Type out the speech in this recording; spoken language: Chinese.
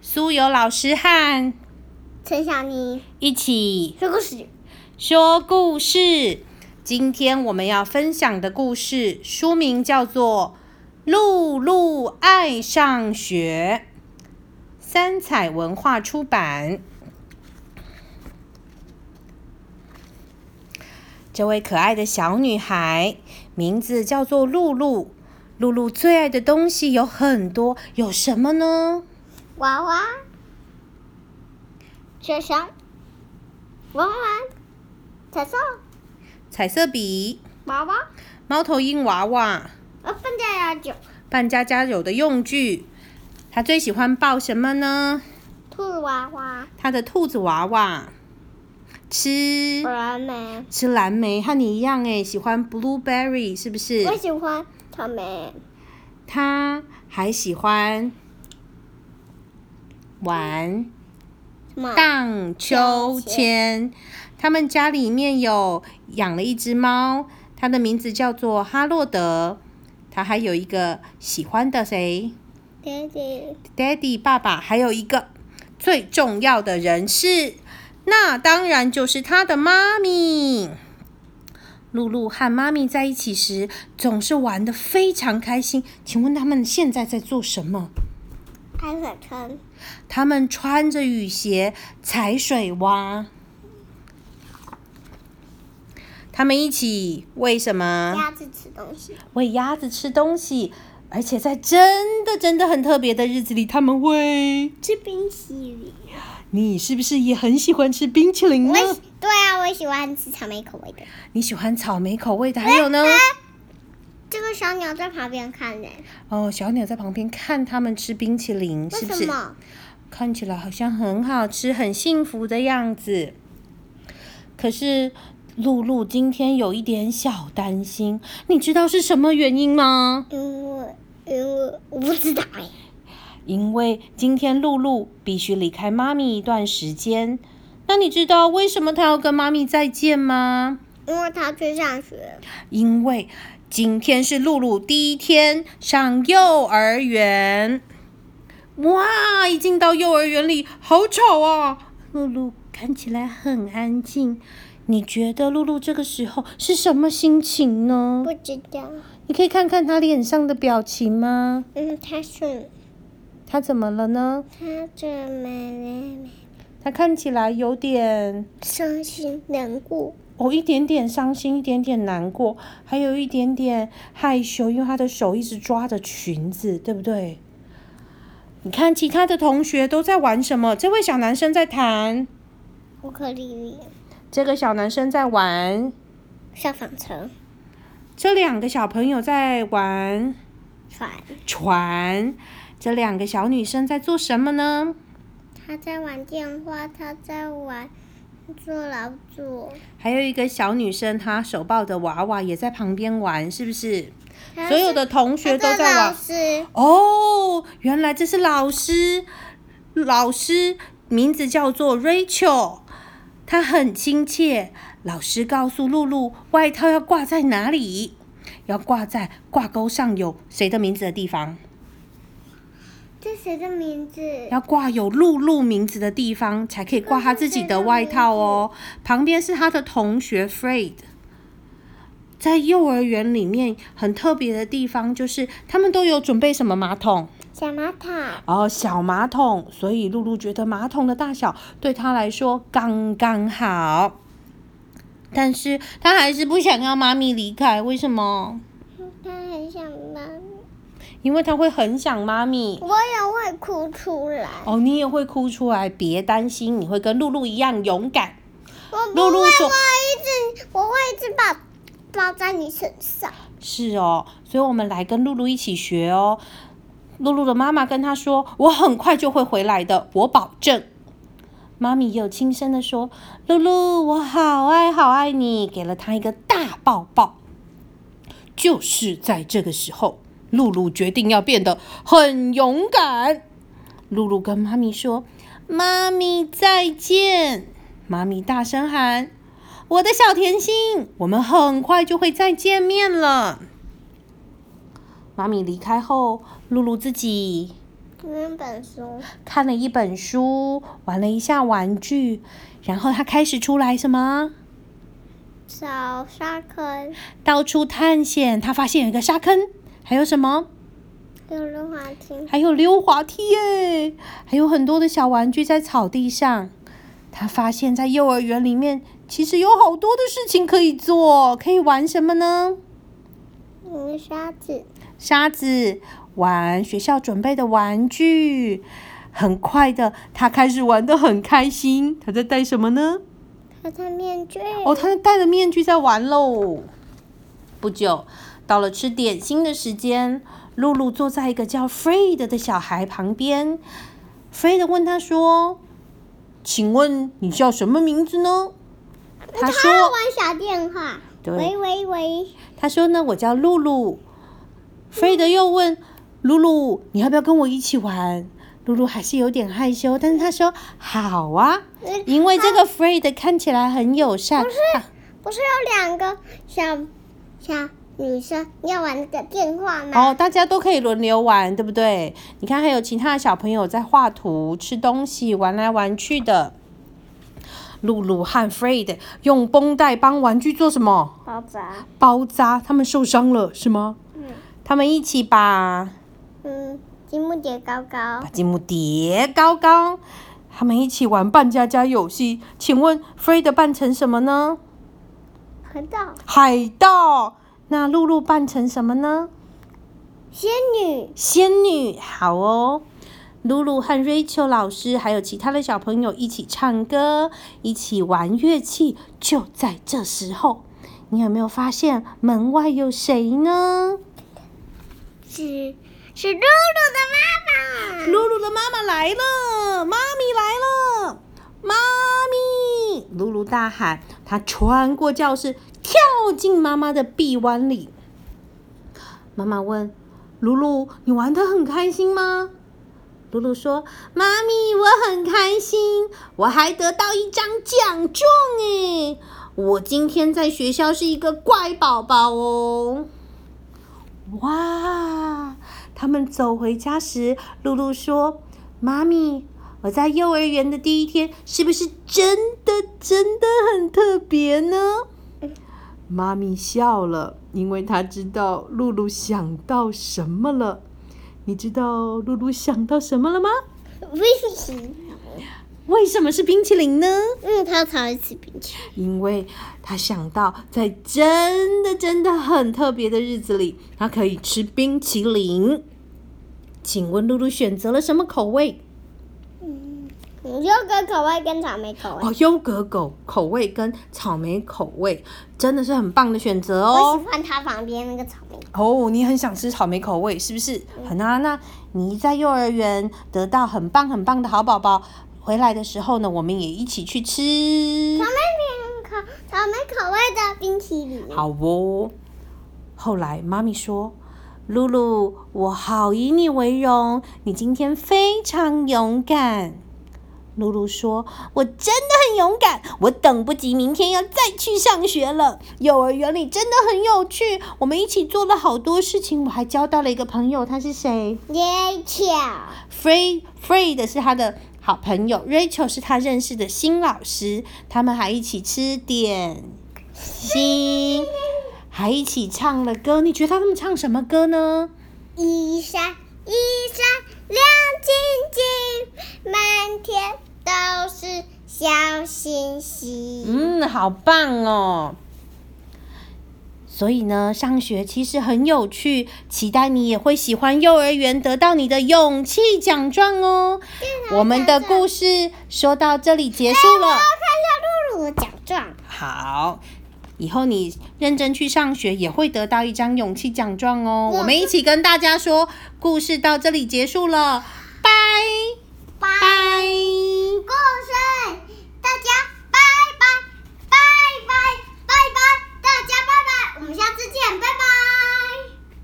苏有老师和陈小妮一起说故事，说故事。今天我们要分享的故事书名叫做《露露爱上学》，三彩文化出版。这位可爱的小女孩，名字叫做露露。露露最爱的东西有很多，有什么呢？娃娃、车厢、玩玩、彩色、彩色笔、娃娃、猫头鹰娃娃、呃，笨蛋呀酒、扮家家酒的用具。她最喜欢抱什么呢？兔子娃娃、她的兔子娃娃。吃蓝莓。吃蓝莓，和你一样诶，喜欢 blueberry 是不是？我喜欢草莓，她还喜欢玩。什么？荡秋千。他们家里面有养了一只猫，它的名字叫做哈洛德。它还有一个喜欢的谁爹爹， ，Daddy 爸爸，还有一个最重要的人是，那当然就是他的妈咪。露露和妈咪在一起时，总是玩的非常开心。请问他们现在在做什么？爱粉村，他们穿着雨鞋踩水洼，他们一起为什么？鸭子吃东西，喂鸭子吃东西，而且在真的真的很特别的日子里，他们会。吃冰淇淋。你是不是也很喜欢吃冰淇淋我呢？喜对啊，我喜欢吃草莓口味的。你喜欢草莓口味的，还有呢？啊这个小鸟在旁边看呢，哦，小鸟在旁边看他们吃冰淇淋，啊为是不什是？么？看起来好像很好吃、很幸福的样子。可是露露今天有一点小担心，你知道是什么原因吗？因为因为我不知道哎。因为今天露露必须离开妈咪一段时间。那你知道为什么她要跟妈咪再见吗？因为他去上学，因为今天是露露第一天上幼儿园。哇，一进到幼儿园里，好吵啊！露露看起来很安静。你觉得露露这个时候是什么心情呢不？知道。你可以看看她脸上的表情吗？嗯，他是她怎么了呢？他是妹妹，她看起来有点伤心难过，哦，一点点伤心，一点点难过，还有一点点害羞，因为他的手一直抓着裙子，对不对？你看其他的同学都在玩什么？这位小男生在弹，乌克丽丽，这个小男生在玩，消防车，这两个小朋友在玩船，船，这两个小女生在做什么呢？他在玩电话，他在玩做劳作，还有一个小女生，她手抱着娃娃也在旁边玩，是不是？他所有是的同学都他是在玩老。师，哦，原来这是老师，老师名字叫做 Rachel，她很亲切。老师告诉露露，外套要挂在哪里？要挂在挂钩上有谁的名字的地方，这谁的名字？要挂有露露名字的地方才可以挂她自己的外套哦。旁边是她的同学 Fred。在幼儿园里面很特别的地方就是，他们都有准备什么马桶？小马塔，然后哦小马桶，所以露露觉得马桶的大小对她来说刚刚好。但是她还是不想要妈咪离开，为什么？他很想妈咪，因为她会很想妈咪。我也会哭出来，哦，你也会哭出来，别担心，你会跟露露一样勇敢。我不露会，露我说一直我会一直抱抱在你身上，是哦，所以我们来跟露露一起学哦。露露的妈妈跟她说：“我很快就会回来的，我保证。”妈咪又轻声的说：“露露，我好爱好爱你。”给了她一个大抱抱。就是在这个时候，露露决定要变得很勇敢。露露跟妈咪说：“妈咪再见。”妈咪大声喊：“我的小甜心，我们很快就会再见面了。妈咪离开后，露露自己那本书，看了一本书，玩了一下玩具，然后他开始出来什么？找沙坑，到处探险。他发现有一个沙坑，还有什么？溜溜滑梯，还有溜滑梯耶，还有很多的小玩具在草地上。他发现，在幼儿园里面，其实有好多的事情可以做，可以玩什么呢？泥沙子，沙子，玩学校准备的玩具。很快的，他开始玩的很开心。他在戴什么呢？他戴面具，哦，他戴着面具在玩喽。不久，到了吃点心的时间，露露坐在一个叫 Fred 的小孩旁边。Fred 问他说：“请问你叫什么名字呢？”他他要说玩小电话，对喂喂喂，：“他说呢，我叫露露。”Fred 又问：“露露，你要不要跟我一起玩？”露露还是有点害羞，但是他说：“好啊，呃因为这个 Fred 看起来很友善。”不是有两个小小女生要玩那个电话吗？哦，大家都可以轮流玩，对不对？你看，还有其他的小朋友在画图、吃东西、玩来玩去的。露露和 Fred 用绷带帮玩具做什么？包扎，包扎，他们受伤了是吗？嗯他们一起把嗯，积木叠高高把，积木叠高高，他们一起玩扮家家游戏。请问 Fred 扮成什么呢？很到海盗。那露露扮成什么呢？仙女，仙女，好哦。露露和 Rachel 老师还有其他的小朋友一起唱歌，一起玩乐器。就在这时候，你有没有发现门外有谁呢？是是露露的妈妈，露露的妈妈来了，妈咪来了，妈咪！露露大喊，她穿过教室，跳进妈妈的臂弯里。妈妈问：“露露，你玩得很开心吗？”露露说：“妈咪，我很开心，我还得到一张奖状诶！我今天在学校是一个乖宝宝哦。”哇！他们走回家时，露露说：“妈咪，我在幼儿园的第一天，是不是真的真的很特别呢？”妈咪笑了，因为她知道露露想到什么了。你知道露露想到什么了吗？不行。为什么是冰淇淋呢？ 嗯，他讨厌吃冰淇淋。因为他想到在真的真的很特别的日子里，他可以吃冰淇淋。请问露露选择了什么口味？你就跟口味跟草莓口味，哦，优格狗口味跟草莓口味真的是很棒的选择我哦喜。欢它旁边那个草莓。哦，你很想吃草莓口味是不是？好啊，那你在幼儿园得到很棒很棒的好宝宝，回来的时候呢，我们也一起去吃草。莓边嗯口草莓口味的冰淇淋。好哦。后来妈咪说：“露露，我好以你为荣，你今天非常勇敢。”露露说：“我真的很勇敢，我等不及明天要再去上学了。幼儿园里真的很有趣，我们一起做了好多事情，我还交到了一个朋友，他是谁椰巧， ？Fred Fred 是他的好朋友，Rachel 是他认识的新老师，他们还一起吃点心，还一起唱了歌。你觉得他们唱什么歌呢？一闪一闪亮晶晶，满天都是小星星。嗯，好棒哦！所以呢，上学其实很有趣，期待你也会喜欢幼儿园，得到你的勇气奖状哦。我们的故事说到这里结束了。我看一下露露的奖状，好，以后你认真去上学，也会得到一张勇气奖状哦。哇我们一起跟大家说，故事到这里结束了，